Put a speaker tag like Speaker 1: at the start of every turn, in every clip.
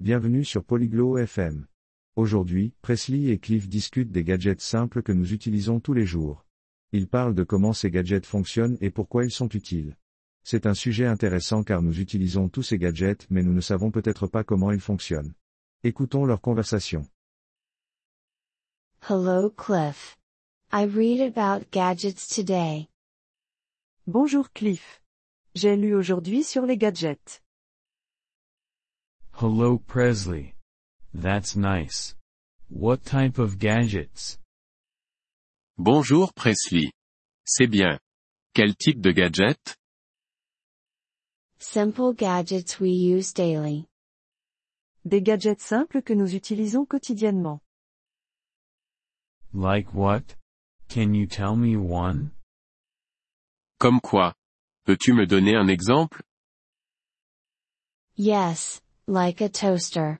Speaker 1: Bienvenue sur Polyglot FM. Aujourd'hui, Presley et Cliff discutent des gadgets simples que nous utilisons tous les jours. Ils parlent de comment ces gadgets fonctionnent et pourquoi ils sont utiles. C'est un sujet intéressant car nous utilisons tous ces gadgets mais nous ne savons peut-être pas comment ils fonctionnent. Écoutons leur conversation.
Speaker 2: Hello, Cliff. I read about gadgets today.
Speaker 3: Bonjour Cliff. J'ai lu aujourd'hui sur les gadgets.
Speaker 4: Hello Presley. That's nice. What type of gadgets?
Speaker 5: Bonjour Presley. C'est bien. Quel type de gadget?
Speaker 2: Simple gadgets we use daily.
Speaker 3: Des gadgets simples que nous utilisons quotidiennement.
Speaker 4: Like what? Can you tell me one?
Speaker 5: Comme quoi? Peux-tu me donner un exemple?
Speaker 2: Yes, like a toaster.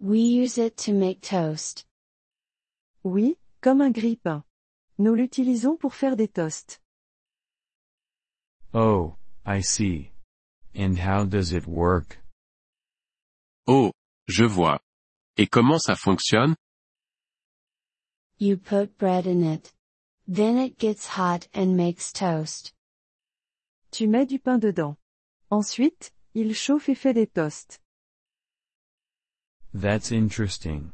Speaker 2: We use it to make toast.
Speaker 3: Oui, comme un grille-pain. Nous l'utilisons pour faire des toasts.
Speaker 4: Oh, I see. And how does it work?
Speaker 5: Oh, je vois. Et comment ça fonctionne?
Speaker 2: You put bread in it. Then it gets hot and makes toast.
Speaker 3: Tu mets du pain dedans. Ensuite, il chauffe et fait des toasts.
Speaker 4: That's interesting.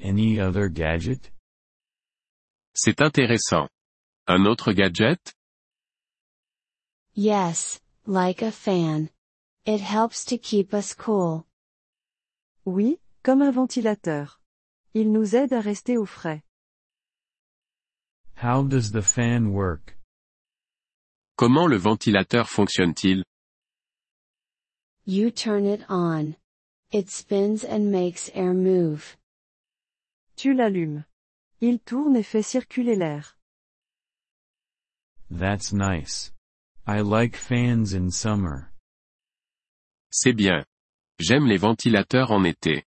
Speaker 4: Any other gadget?
Speaker 5: C'est intéressant. Un autre gadget?
Speaker 2: Yes, like a fan. It helps to keep us cool.
Speaker 3: Oui, comme un ventilateur. Il nous aide à rester au frais.
Speaker 4: How does the fan work?
Speaker 5: Comment le ventilateur fonctionne-t-il?
Speaker 2: You turn it on. It spins and makes air move.
Speaker 3: Tu l'allumes. Il tourne et fait circuler l'air.
Speaker 4: That's nice. I like fans in summer.
Speaker 5: C'est bien. J'aime les ventilateurs en été.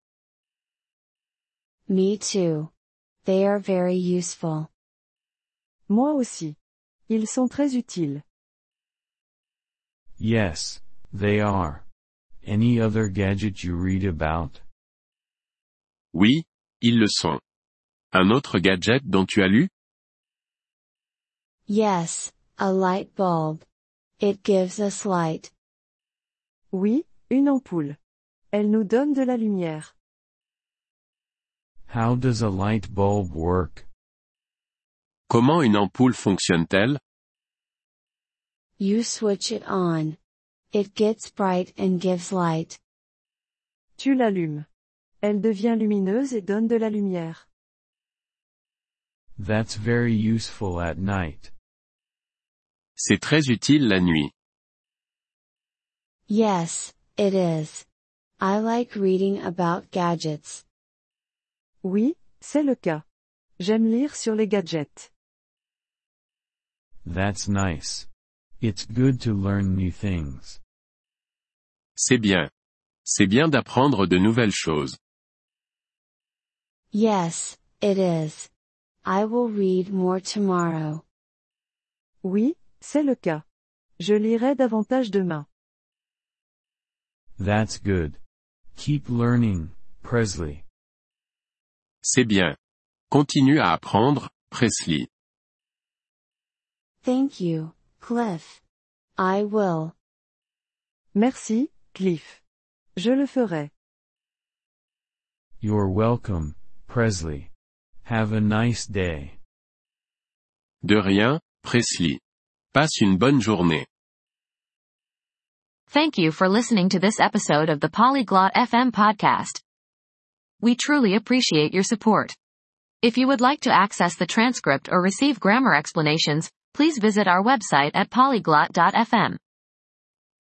Speaker 2: Me too. They are very useful.
Speaker 3: Moi aussi. Ils sont très utiles.
Speaker 4: Yes, they are. Any other gadget you read about?
Speaker 5: Oui, ils le sont. Un autre gadget dont tu as lu?
Speaker 2: Yes, a light bulb. It gives us light.
Speaker 3: Oui, une ampoule. Elle nous donne de la lumière.
Speaker 4: How does a light bulb work?
Speaker 5: Comment une ampoule fonctionne-t-elle?
Speaker 2: You switch it on. It gets bright and gives light.
Speaker 3: Tu l'allumes. Elle devient lumineuse et donne de la lumière.
Speaker 4: That's very useful at night.
Speaker 5: C'est très utile la nuit.
Speaker 2: Yes, it is. I like reading about gadgets.
Speaker 3: Oui, c'est le cas. J'aime lire sur les gadgets.
Speaker 4: That's nice. It's good to learn new things.
Speaker 5: C'est bien. C'est bien d'apprendre de nouvelles choses.
Speaker 2: Yes, it is. I will read more tomorrow.
Speaker 3: Oui, c'est le cas. Je lirai davantage demain.
Speaker 4: That's good. Keep learning, Presley.
Speaker 5: C'est bien. Continue à apprendre, Presley.
Speaker 2: Thank you, Cliff. I will.
Speaker 3: Merci, Cliff. Je le ferai.
Speaker 4: You're welcome, Presley. Have a nice day.
Speaker 5: De rien, Presley. Passe une bonne journée.
Speaker 6: Thank you for listening to this episode of the Polyglot FM podcast. We truly appreciate your support. If you would like to access the transcript or receive grammar explanations, please visit our website at polyglot.fm.